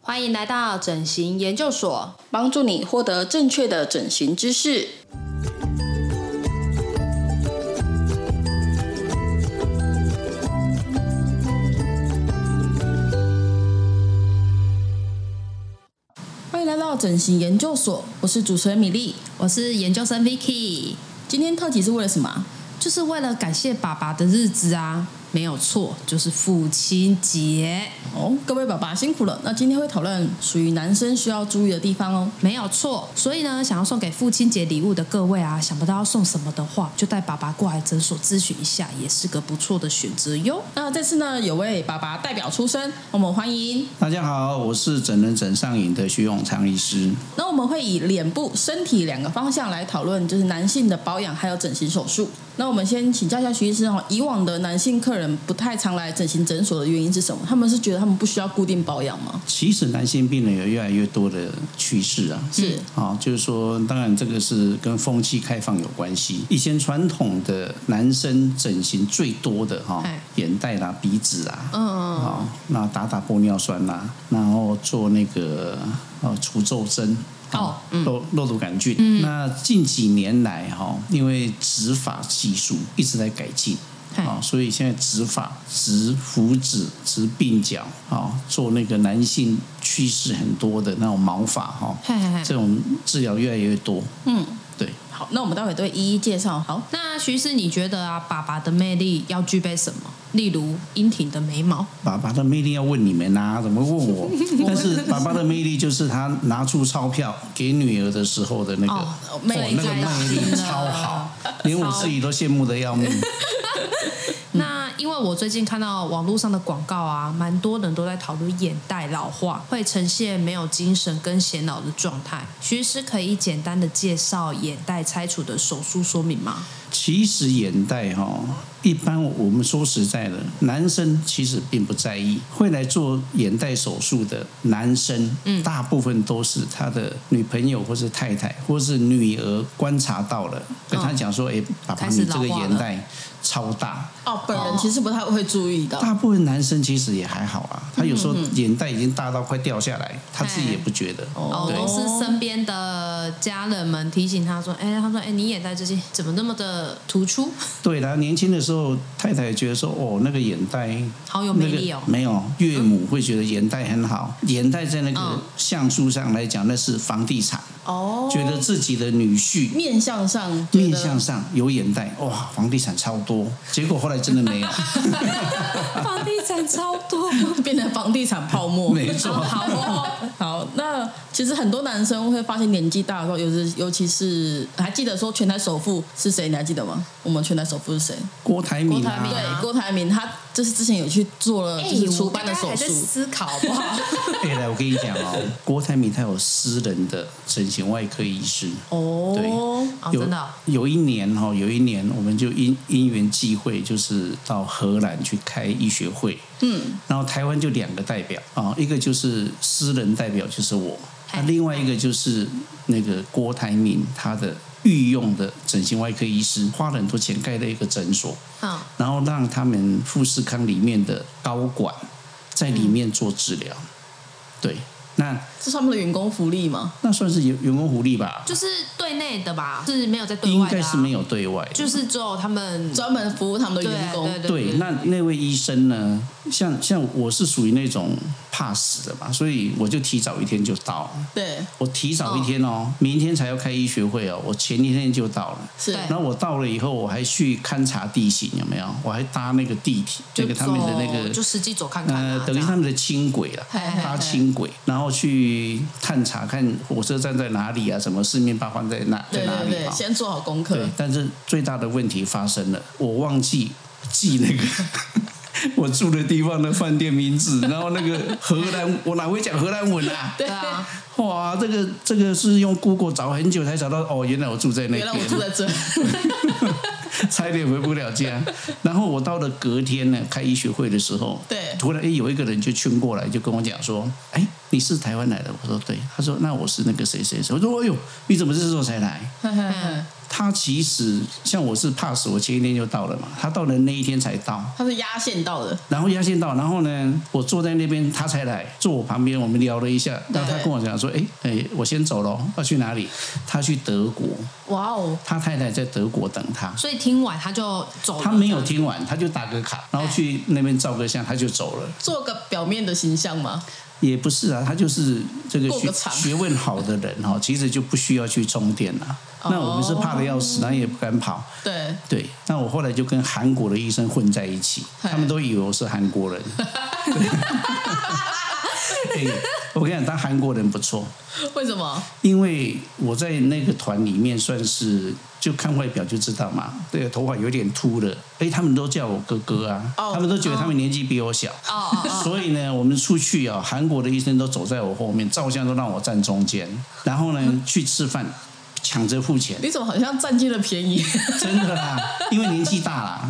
欢迎来到整形研究所。帮助你获得正确的整形知识。欢迎来到整形研究所，我是主持人米粒。我是研究生 Vicky，今天特辑是为了什么啊？就是为了感谢爸爸的日子啊，没有错，就是父亲节，哦，各位爸爸辛苦了。那今天会讨论属于男生需要注意的地方哦。没有错。所以呢，想要送给父亲节礼物的各位啊，想不到要送什么的话，就带爸爸过来诊所咨询一下，也是个不错的选择哟。那这次呢，有位爸爸代表出声，我们欢迎。大家好，我是整人整上瘾的徐永昌医师。那我们会以脸部、身体两个方向来讨论，就是男性的保养还有整形手术。那我们先请教一下徐医师哈，以往的男性客人不太常来整形诊所的原因是什么？他们是觉得他们不需要固定保养吗？其实男性病人有越来越多的趋势啊，是好，就是说，当然这个是跟风气开放有关系。以前传统的男生整形最多的哈哎，眼袋啦、鼻子啊，嗯好，那打打玻尿酸啦、然后做那个呃除皱针。啊哦嗯肉肉毒杆菌。那近几年来哈，因为植发技术一直在改进，嗨啊、所以现在植发、植胡子、植鬓角，啊、做那个男性趋势很多的那种毛发哈、嘿嘿嘿这种治疗越来越多。嗯，对，好，那我们待会都会一一介绍。好，那徐师，你觉得啊，爸爸的魅力要具备什么？例如英挺的眉毛，爸爸的魅力要问你们啊，怎么 问我？但是爸爸的魅力就是他拿出钞票给女儿的时候的那个，哦哦魅力那个太大魅力了超好，连我自己都羡慕的要命。那因为我最近看到网络上的广告啊，蛮多人都在讨论眼袋老化会呈现没有精神跟显老的状态。徐医师可以简单的介绍眼袋拆除的手术说明吗？其实眼袋哈、一般我们说实在的，男生其实并不在意，会来做眼袋手术的男生，嗯，大部分都是他的女朋友或是太太或是女儿观察到了，跟他讲说，哎、爸爸，哦开始你这个老化眼了袋超大。哦，本人其实不太会注意哦到。大部分男生其实也还好嗯啊，他有时候眼袋已经大到快掉下来，他自己也不觉得。哦，对都是身边的家人们提醒他说：“哎，他说，哎，你眼袋最近怎么那么的突 出？对啦，年轻的时候，太太也觉得说，哦，那个眼袋好有魅力哦那个、没有，岳母会觉得眼袋很好，眼袋在那嗯个相书上来讲，那是房地产，哦，觉得自己的女婿。面相上，面相上有眼袋，哇，房地产超多。结果后来真的 没有，房地产超 多。变成房地产泡 沫。没错好哦好，那其实很多男生会发现年纪大的时候，尤其尤其是还记得说全台首富是谁？你还记得吗？我们全台首富是谁？郭台铭郭台铭啊，啊对，郭台铭，他就是之前有去做了就是除斑的哎我手刚才还在术。思考好不好？哎、来，我跟你讲哦，郭台铭他有私人的整形外科医师，哦，哦，有真的哦、有一年哈、有一年我们就因因缘际会，就是到荷兰去开医学会，嗯，然后台湾就两个代表啊、一个就是私人代表就是我，嗨那另外一个就是那个郭台铭他的御用的整形外科医师，花了很多钱盖了一个诊所，嗯，然后让他们富士康里面的高管在里面做治疗，嗯对，那这是他们的员工福利嘛？那算是员员工福利吧，就是对内的吧，是没有在对应外的、啊，该是没有对外的。就是只有他们专门服务他们的对员工。对对，那那位医生呢？像像我是属于那种怕死的嘛，所以我就提早一天就到了。对，我提早一天哦，明天才要开医学会哦，我前一天就到了。是对然后我到了以后，我还去勘察地形有没有？我还搭那个地铁，那就个他们的那个走就实际走看看、啊呃，等于这样他们的轻轨了，嘿嘿嘿搭轻轨，然后去探查看火车站在哪里啊，什么四面八方在哪对在哪对里对，啊？先做好功课对。，但是最大的问题发生了，我忘记记那个 我住的地方的饭店名字， 然后那个荷兰，我哪会讲荷兰文啊？对对啊，哇，这个这个是用 Google 找很久才找到，哦，原来我住在那原来我住边，在 这， 差一点回不了家。然后我到了隔天呢，开医学会的时候，对突然哎有一个人就圈过来，就跟我讲说，哎，你是台哦湾来的？我说对。他说那我是那个谁谁谁。我说哎呦，你怎么这时候才来？嘿嘿嘿他其实像我是 pass，我前一天就到了嘛，他到了那一天才到，他是压线到的，然后压线到，然后呢，我坐在那边，他才来，坐我旁边，我们聊了一下，然后他对跟我讲说，哎哎，我先走了，要去哪里？他去德国，哇哦！他太太在德国等他。所以听完他就走了，他没有听完，他就打个卡，然后去那边照个相，他就走了。做个表面的形象嘛。也不是啊，他就是这个过学个场学问好的人哈，其实就不需要去充电了。那我们是怕的要死，然后也不敢跑。 对，对，那我后来就跟韩国的医生混在一起，嗨他们都以为我是韩国人。对哎我跟你讲，当韩国人不错，为什么？因为我在那个团里面算是就看外表就知道嘛，对，头发有点秃了，哎，他们都叫我哥哥啊，哦他们都觉得他们年纪比我小，哦哦哦，所以呢，我们出去啊，韩国的医生都走在我后面，照相都让我站中间，然后呢去吃饭，抢着付钱，你怎么好像占尽了便宜？真的啦，因为年纪大啦，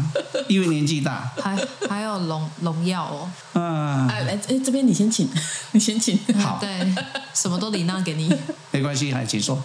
因为年纪大还还有荣荣耀哦，啊， 哎哎哎，这边你先请，你先请。好对，什么都礼让 给你，没关系，还请说。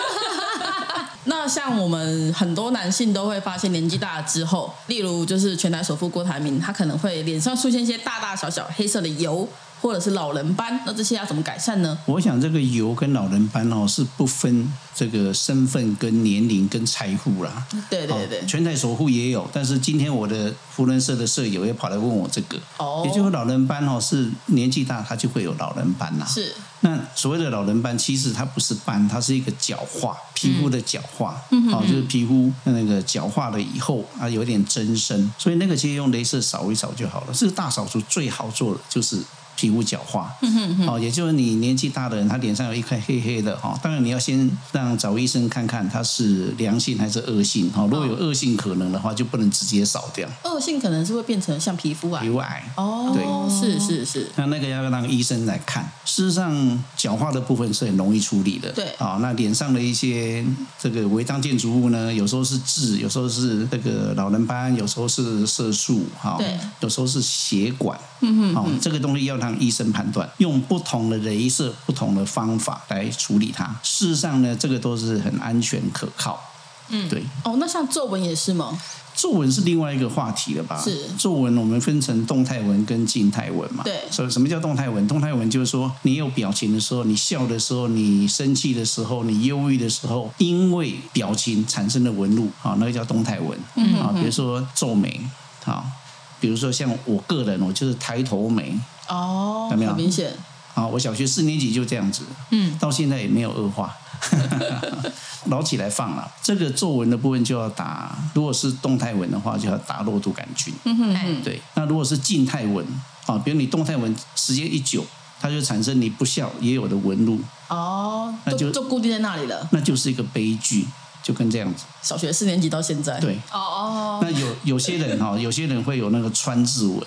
那像我们很多男性都会发现，年纪大了之后，例如就是全台首富郭台铭，他可能会脸上出现一些大大小小黑色的油，或者是老人斑。那这些要怎么改善呢？我想这个油跟老人斑哦是不分这个身份、跟年龄、跟财富啦。对对对哦，全台首富也有，但是今天我的福伦社的社友也跑来问我这个，哦也就是老人斑哦，是年纪大他就会有老人斑啦、是那所谓的老人斑，其实它不是斑，它是一个角化，皮肤的角化，哦，就是皮肤那个角化了以后啊，有点增生，所以那个其实用镭射扫一扫就好了。这个大扫除最好做的就是。皮肤角化，哦，也就是你年纪大的人，他脸上有一块黑黑的哈、哦，当然你要先让找医生看看他是良性还是恶性哈、哦，如果有恶性可能的话，就不能直接扫掉，恶哦性可能是会变成像皮肤癌皮。肤癌。哦，对是是是，那那个要让医生来看。事实上，角化的部分是很容易处理的。对啊、那脸上的一些这个违章建筑物呢，有时候是痣，有时候是这个老人斑，有时候是色素，哈、对有时候是血管，嗯嗯，哦，这个东西要让医生判断，用不同的镭射、不同的方法来处理它。事实上呢，这个都是很安全可靠。嗯，对。哦，那像皱纹也是吗？皱纹是另外一个话题了吧？是皱纹，我们分成动态纹跟静态纹嘛。对所以什么叫动态纹？动态纹就是说，你有表情的时候，你笑的时候，你生气的时候，你忧郁的时候，因为表情产生的纹路啊，那个叫动态纹。嗯啊，比如说皱眉啊，比如说像我个人，我就是抬头眉哦，有没有很明显。啊，我小学四年级就这样子，嗯，到现在也没有恶化。 捞起来放了，这个皱纹的部分就要打，如果是动态纹的话，就要打肉毒杆菌。哎，对，那如果是静态纹啊，比如你动态纹时间一久，它就产生你不笑也有的纹路，哦，那就就就固定在那里了。那就是一个悲剧，就跟这样子。小学四年级到现在，对，哦哦，那有有些人哈、有些人会有那个川字纹，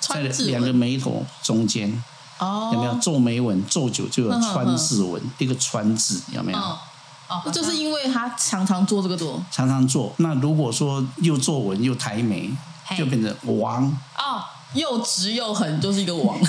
在川字两个纹眉头中间哦，有没有皱眉纹？皱久就有嗯嗯川字纹，一个川字有没有？嗯，哦，那就好是像因为他常常做这个多，常常做。那如果说又皱纹又抬眉，嘿就变成王。哦，又直又狠，就是一个王。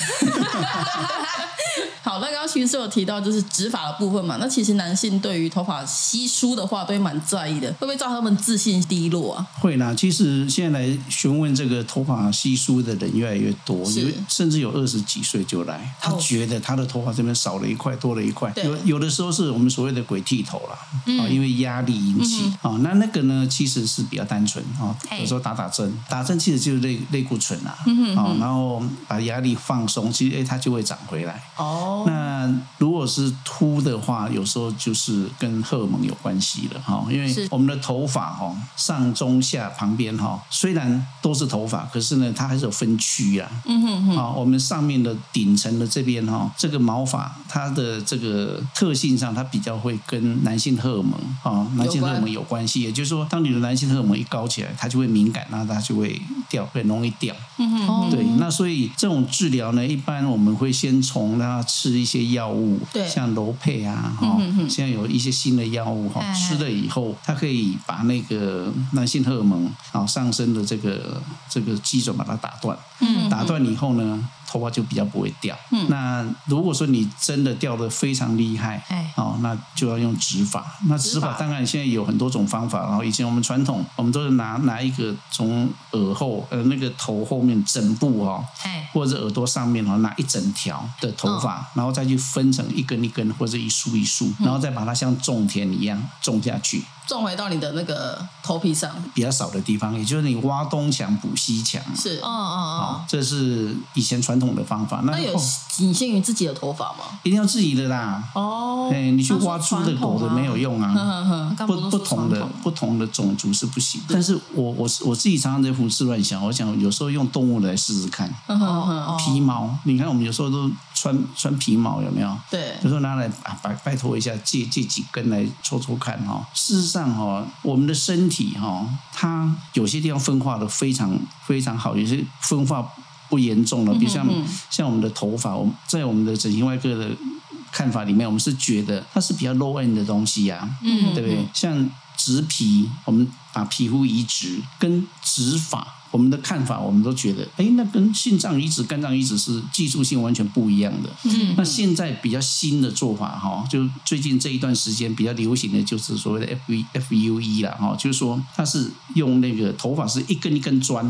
好，那刚刚其实有提到就是植发的部分嘛，那其实男性对于头发稀疏的话，都会蛮在意的，会不会造成他们自信低落啊？会啦，其实现在来询问这个头发稀疏的人越来越多，是有甚至有二十几岁就来，他哦觉得他的头发这边少了一块，多了一块，对嗯有有的时候是我们所谓的鬼剃头啦，啊、因为压力引起啊、那那个呢其实是比较单纯啊、嘿有时候打打针，打针其实就是类类固醇啊，嗯啊、然后把压力放松，其实哎它就会长回来。哦，那如果是秃的话，有时候就是跟荷尔蒙有关系了哈，因是为我们的头发哈，上中下旁边哈，虽然都是头发，可是呢，它还是有分区啊。嗯哼哼。啊，我们上面的顶层的这边哈，这个毛发它的这个特性上，它比较会跟男性荷尔蒙啊，男性荷尔蒙有关系。也就是说，当你的男性荷尔蒙一高起来，它就会敏感，那它就会掉，很容易掉。哦对，那所以这种治疗呢，一般我们会先从他吃一些药物，对像柔配啊，哈、现在有一些新的药物哈、嗯哎吃了以后，它可以把那个男性嗯荷尔蒙啊上升的这个这个基准把它打断，嗯，打断以后呢，头发就比较不会掉。嗯，那如果说你真的掉的非常厉害，哎哦，那就要用植发。那植植发发当然现在有很多种方法，然后以前我们传统我们都是拿拿一个从耳后呃那个头后面整部哦，哎，或者耳朵上面哦，拿一整条的头发，然后再去分成一根一根或者一束一束，然后再把它像种田一样种下去。种回到你的那个头皮上，比较少的地方，也就是你挖东墙补西墙。是。哦哦哦，这是以前传统的方法。那那有后仅限于自己的头发吗？一定要自己的啦。哦哎，你去他说挖猪的、传统狗的啊没有 用啊。呵呵，刚不不都不说同的传统不同的种族是不行，但是我我是我自己常常在胡思乱想，我想有时候用动物来试试看，呵哦呵呵，皮毛，你看我们有时候都穿穿皮毛有没有？对有时候拿来啊拜拜托一下，借借几根来抽抽看哈、哦。事实上哈、哦，我们的身体哈、哦，它有些地方分化的非常非常好，有些分化不严重了。比如像、像我们的头发，我们在我们的整形外科的看法里面，我们是觉得它是比较 low end 的东西呀、啊，嗯对不对？像植皮，我们把皮肤移植跟植发。我们的看法，我们都觉得，哎，那跟心脏移植、肝脏移植是技术性完全不一样的。嗯那现在比较新的做法哈，就最近这一段时间比较流行的就是所谓的 F F U E 啦哈，就是说它是用那个头发是一根一根钻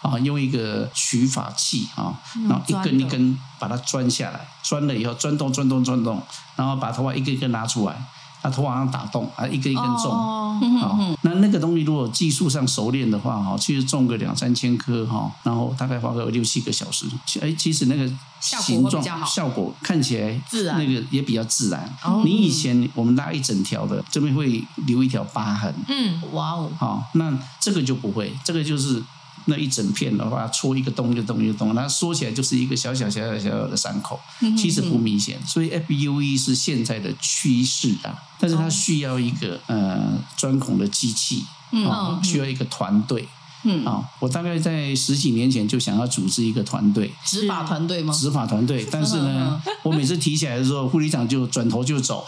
啊，用一个取发器啊，嗯然后一根一根把它钻下来，钻了以后钻动钻动钻动，然后把头发一根一根拿出来，把头发上打洞啊，一根一根种。哦嗯好，那那个东西如果技术上熟练的话，哈，其实种个两三千颗哈，然后大概花个六七个小时，其哎，其实那个效果形会状比较好效果看起来自然那个也比较自然。哦你以前我们拉一整条的，这边会留一条疤痕，嗯，哇哦，好、那这个就不会，这个就是那一整片的话，戳一个洞一个洞一个洞，那缩起来就是一个小小小小小小的伤口，其实不明显。所以 FUE E 是现在的趋势啊，但是它需要一个、呃钻孔的机器，啊、需要一个团队。嗯啊、我大概在十几年前就想要组织一个团队，执法团队吗？执法团队，但是呢，我每次提起来的时候，护理长就转头就走，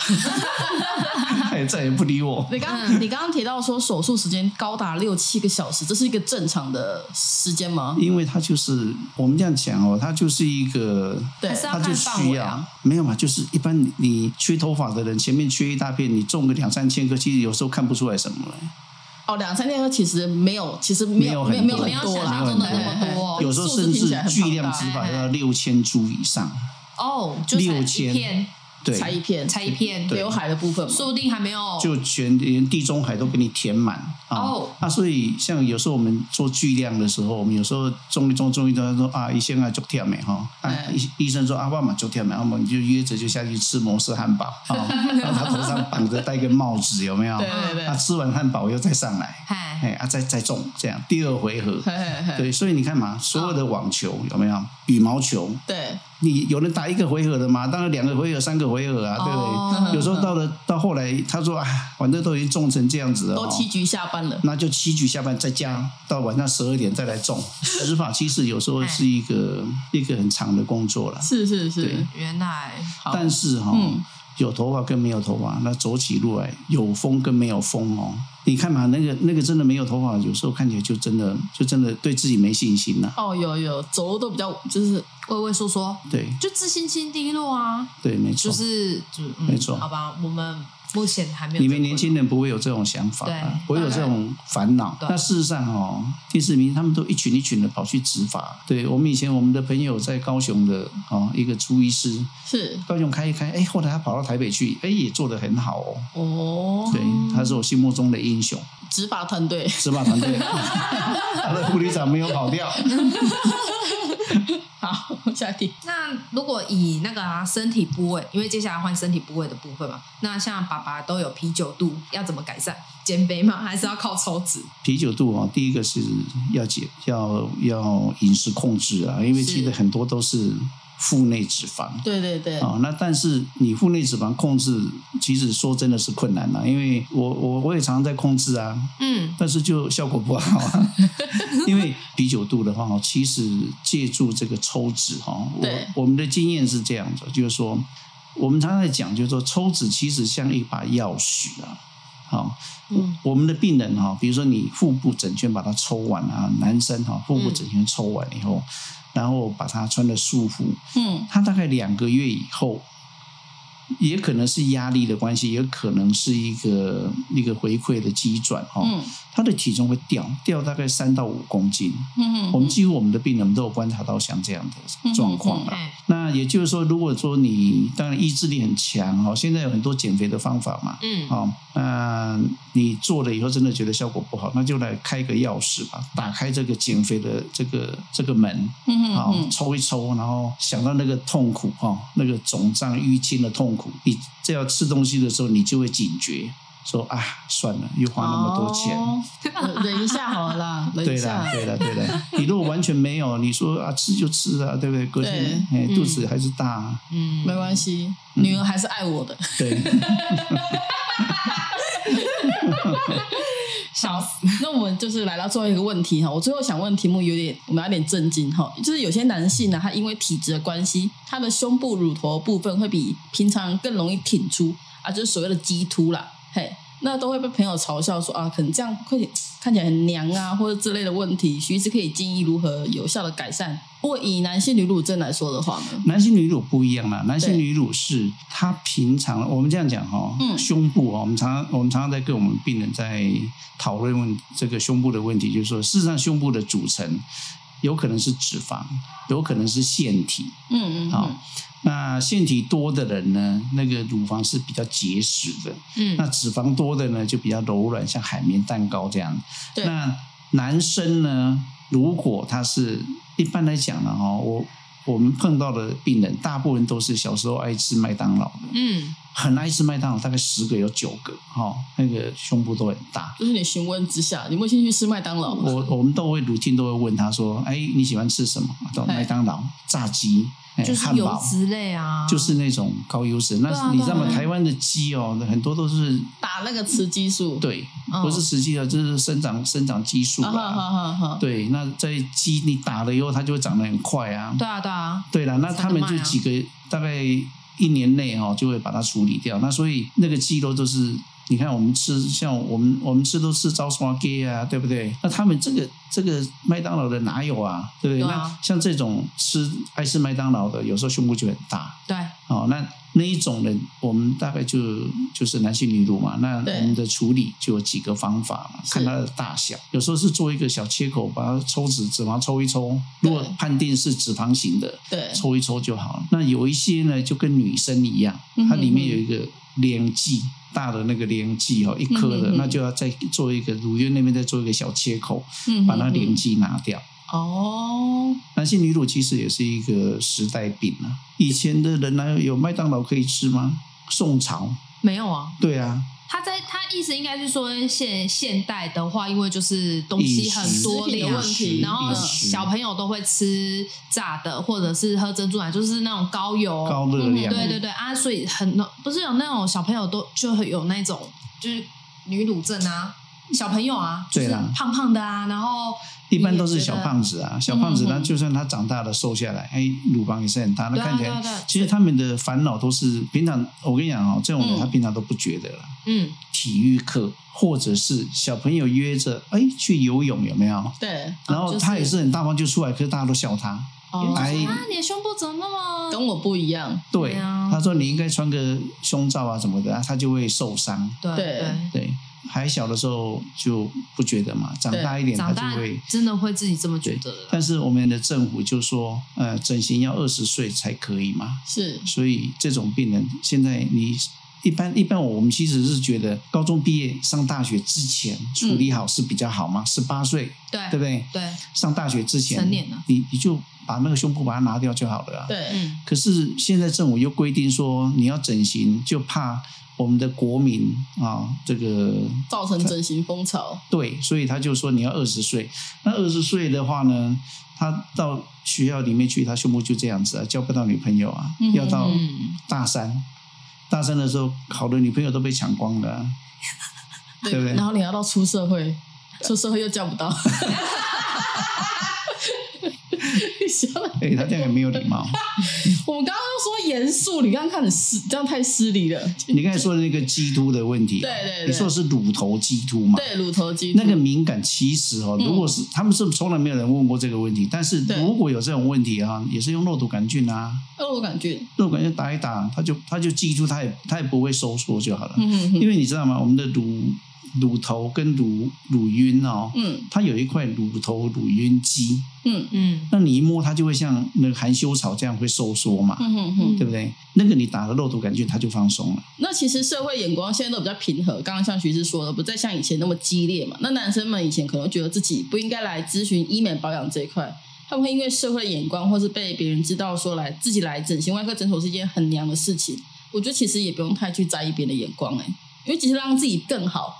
他也再也不理我。你刚你刚刚提到说手术时间高达六七个小时，这是一个正常的时间吗？因为它就是我们这样讲哦，它就是一个，对还，是它要就看范需围要、啊。没有嘛，就是一般你缺头发的人，前面缺一大片，你种个两三千颗，其实有时候看不出来什么了。哦，两三天后其实没有，其实没有没没有有很没有多没很有多想啦，象中的那么多哦有时候数字哦听甚至起来很巨庞量大植发哎要六千株以上，哦，就才六一千片，对，才一片，才一片，对刘海的部分嘛，说不定还没有就全连地中海都给你填满啊、哦啊！所以像有时候我们做巨量的时候，我们有时候中一中中一中，他说啊，医生啊，就跳美哈，啊，嗯医医生说啊，万嘛就跳美，我们就约着就下去吃摩斯汉堡啊， 然后他头上绑着戴个帽子，有没有？对对嗯对啊，，吃完汉堡又再上来，哎，哎啊，再再中这样，第二 回合。嘿嘿嘿，对，所以你看嘛，所有的网球有没有羽毛球？对，你有人打一个回合的嘛？当然两个回合、三个回合啊，对不对？嗯哦有时候到了到后来，他说啊，反正都已经种成这样子了、都哦，七局下班了，那就七局下半再加到晚上十二点再来 种。执法其实有时候是一个哎一个很长的工作了，是是是对，原来好但是哈、嗯有头发跟没有头发，那走起路来有风跟没有风哦。你看嘛，那个那个真的没有头发，有时候看起来就真的就真的对自己没信心了、哦，有有走路都比较就是畏畏缩缩，对就自信心低落啊，对，没错。就是就嗯没错好吧，我们目前还没有你这个们问题。年轻人不会有这种想法、对啊，不会有这种烦恼。对那事实上哦，第四名他们都一群一群的跑去执法。对我们以前我们的朋友在高雄的哦，一个朱医师，是高雄开一开，哎，后来他跑到台北去，哎，也做得很好哦。哦，对，他是我心目中的英雄，执法团队，执法团 队，他的护理长没有跑掉。好，下一题，那如果以那个啊身体部位，因为接下来换身体部位的部分嘛，那像爸爸都有啤酒肚，要怎么改善？减肥吗？还是要靠抽脂？啤酒肚哦，第一个是要解要要饮食控制啊，因为是其实很多都是腹内脂肪。对对对，哦，那但是你腹内脂肪控制，其实说真的是困难啦、因为我我我也常常在控制啊，嗯，但是就效果不好啊。因为啤酒肚的话，哦，其实借助这个抽脂哈，对我我们的经验是这样子，就是说我们常常在讲，就是说抽脂其实像一把钥匙啊。好，嗯我们的病人哦哦哈，比如说你腹部整圈把它抽完啊，男生哈，腹部整圈抽完以后，然后把他穿的束缚，嗯，他大概两个月以后，也可能是压力的关系，也可能是一个一个回馈的机转哦，嗯他的体重会掉，掉大概三到五公斤。嗯我们几乎我们的病人都有观察到像这样的状嗯况了。哎，那也就是说，如果说你当然意志力很强哦，现在有很多减肥的方法嘛，嗯，哦，那你做了以后真的觉得效果不好，那就来开个钥匙吧，打开这个减肥的这个这个门，嗯好、嗯抽一抽，然后想到那个痛苦哈、哦，那个肿胀淤青的痛苦，你这要吃东西的时候，你就会警觉，说啊，算了，又花那么多钱。哦忍忍一下好了 啦，忍对一啦下，，对啦，对啦。你如果完全没有，你说啊吃就吃啊，对不对？隔天哎嗯肚子还是大、啊，嗯，没关系，女儿还是爱我的。对，笑死！ 那我们就是来到最后一个问题哈，我最后想问题目有点，我们有点震惊哈，就是有些男性啊呢、他因为体质的关系，他的胸部、乳头部分会比平常人更容易挺出啊，就是所谓的鸡突啦，嘿，那都会被朋友嘲笑说啊，可能这样会看起来很娘啊，或者之类的问题。徐医师可以建议如何有效的改善？如果以男性女乳症来说的话呢？男性女乳不一样啦，男性对女乳是他平常我们这样讲哦，嗯胸部哦，我们常我们常常在跟我们病人在讨论问这个胸部的问题，就是说，事实上胸部的组成有可能是脂肪，有可能是腺体，嗯嗯，好、那腺体多的人呢，那个乳房是比较结实的，嗯那脂肪多的呢就比较柔软，像海绵蛋糕这样。对那男生呢，如果他是一般来讲呢，哦，我我们碰到的病人，大部分都是小时候爱吃麦当劳的，嗯，很爱吃麦当劳，大概十个有九个，哦，那个胸部都很大。就是你询问之下，你有没有兴趣吃麦当哦劳？我我们都会 routine 都会问他说，哎，你喜欢吃什么？到哎麦当劳、炸鸡、哎就是汉油堡。脂类啊，就是那种高优质，对啊那你知道吗？对啊台湾的鸡哦，很多都是打那个雌激素，对，嗯嗯不是实际的，就是生长生长激素啊，哈啊。哈哈哈，对，那在鸡你打了以后，它就会长得很快啊。对啊对啊，对了，那他们就几个大概一年内哦，就会把它处理掉。那所以那个鸡肉就是，你看我们吃，像我们我们吃都吃招什么鸡啊，对不对？那他们这个这个麦当劳的哪有啊，对不对？对啊那像这种吃爱吃麦当劳的，有时候胸部就很大。对，哦，那那一种人，我们大概就就是男性女乳嘛，那对我们的处理就有几个方法嘛，是看它的大小，有时候是做一个小切口，把它抽脂脂肪抽一抽，对如果判定是脂肪型的，对，抽一抽就好了。那有一些呢，就跟女生一样嗯哼，它里面有一个连剂。大的那个连剂哦，一颗嗯的，哼哼那就要再做一个乳晕那边再做一个小切口，嗯把那嗯嗯连剂拿掉。哦，男性女乳其实也是一个时代病啊。以前的人呢，有麦当劳可以吃吗？宋朝，没有啊，对啊，他在他意思应该是说现现代的话，因为就是东饮西食很多食品的量问，题然后饮食小朋友都会吃炸的，或者是喝珍珠奶，就是那种高油。高热量，对对对啊，所以很多不是有那种小朋友都就会有那种就是女乳症啊，小朋友啊，就对是啦胖胖的啊，然后一般都是小胖子啊，小胖子嗯他就算他长大了瘦下来，哎，乳房也是很大，那对啊看起对啊来对啊，其实他们的烦恼都是平常，我跟你讲哦，这种人嗯他平常都不觉得啦。嗯体育课或者是小朋友约着哎去游泳有没有？对，然后他也是很大方就出来，可是大家都笑他。哦，哎啊，你的胸部怎么那么跟我不一样，对对啊，他说你应该穿个胸罩啊什么的，啊他就会受伤。对对对，还小的时候就不觉得嘛，长大一点他长就大会。真的会自己这么觉对得的啦，但是我们的政府就说，呃，整形要二十岁才可以嘛，是所以这种病人现在你一般一般我们其实是觉得高中毕业上大学之前处理好是比较好嘛，十八、岁嗯对对不对？对，上大学之前，成年了你你就把那个胸部把它拿掉就好了啊。对，嗯可是现在政府又规定说，你要整形就怕我们的国民啊、这个造成整形风潮，对，所以他就说你要二十岁。那二十岁的话呢，他到学校里面去，他胸部就这样子啊，交不到女朋友啊，嗯要到嗯，大三，大三的时候，好的女朋友都被抢光了啊、 对不对然后你 要到出社会，出社会又叫不到，你笑得哎、他这样也没有礼 貌。我们刚刚又说严肃，你刚刚看很失，这样太失礼了。你刚才说的那个鸡突的问题，啊对对对你说的是乳头鸡突嘛？对，乳头肌那个敏感其实哦，如果是、他们是从来没有人问过这个问题，但是对如果有这种问题啊，也是用肉毒杆菌啊，肉哦感觉，肉毒杆菌打一打，它就它就记住，它也它也不会收缩就好了。嗯哼哼因为你知道吗？我们的乳乳头跟乳乳晕哦，嗯它有一块乳头乳晕肌，嗯嗯那你一摸它就会像那个含羞草这样会收缩嘛，嗯哼哼。对不对？那个你打了肉毒杆菌，它就放松了。那其实社会眼光现在都比较平和，刚刚像徐师说的，不再像以前那么激烈嘛。那男生们以前可能觉得自己不应该来咨询医美保养这一块，他们会因为社会眼光或是被别人知道说来自己来整形外科诊所是一件很娘的事情。我觉得其实也不用太去在意别人的眼光哎、因为其实让自己更好，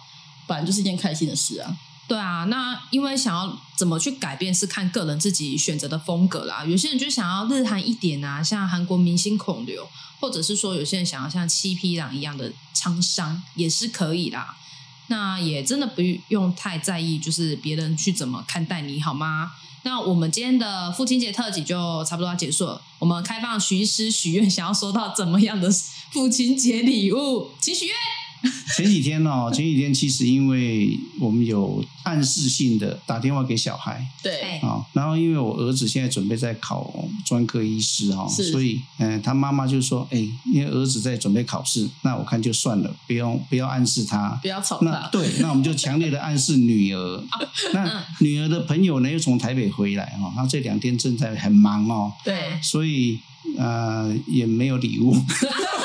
本来就是一件开心的事啊。对啊，那因为想要怎么去改变是看个人自己选择的风格啦。有些人就想要日韩一点啊，像韩国明星孔刘，或者是说有些人想要像七匹狼一样的沧桑也是可以啦。那也真的不用太在意，就是别人去怎么看待你，好吗？那我们今天的父亲节特辑就差不多要结束了，我们开放徐医师许愿，想要收到怎么样的父亲节礼物，请许愿。前几天哦，前几天其实因为我们有暗示性的打电话给小孩哎对，啊、然后因为我儿子现在准备在考专科医师哈、哦，是所以嗯、呃他妈妈就说，哎，因为儿子在准备考试，那我看就算了，不用不要暗示他不。要吵那他。对，那我们就强烈的暗示女儿。 嗯那女儿的朋友呢，又从台北回来哦，她这两天正在很忙哦，哎对，所以呃也没有礼物。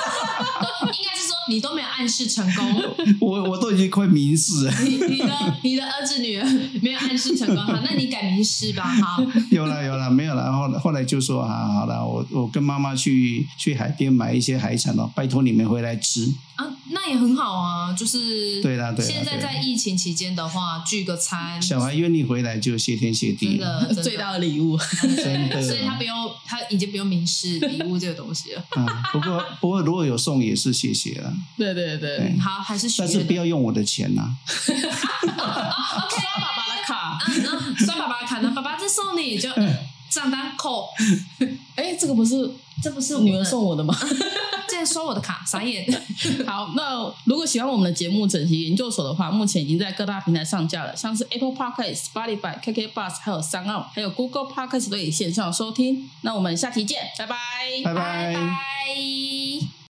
应该是说你都没有暗示成功。 我我都已经快明示了，你你的你的儿子女儿没有暗示成功，好，那你改名师吧，好，有了有了，没有了。后来后来就说啊，好了，我我跟妈妈去去海边买一些海产哦，拜托你们回来吃。啊，那也很好啊，就是对啦对啦现在对啦在疫情期间的话，聚个餐，小孩愿意回来就谢天谢真地了。的真 的最大的礼物，真的所以他不用，他已经不用名师礼物这个东西了。啊，不过不过如果有送也是谢谢了，对对对对，好，还是许但是愿不的。要用我的钱 呐、 OK，刷爸爸的卡，嗯嗯，算爸爸的卡，那爸爸再送你，就哎账单扣，哎，这个不是这不是女儿 送我的吗？竟然收我的卡，傻眼。好，那如果喜欢我们的节目《整形研究所》的话，目前已经在各大平台上架了，像是 Apple Podcast、Spotify、KK Bus，还有三奥，还有 Google Podcast 都有线上收听。那我们下期见，拜拜。拜拜拜。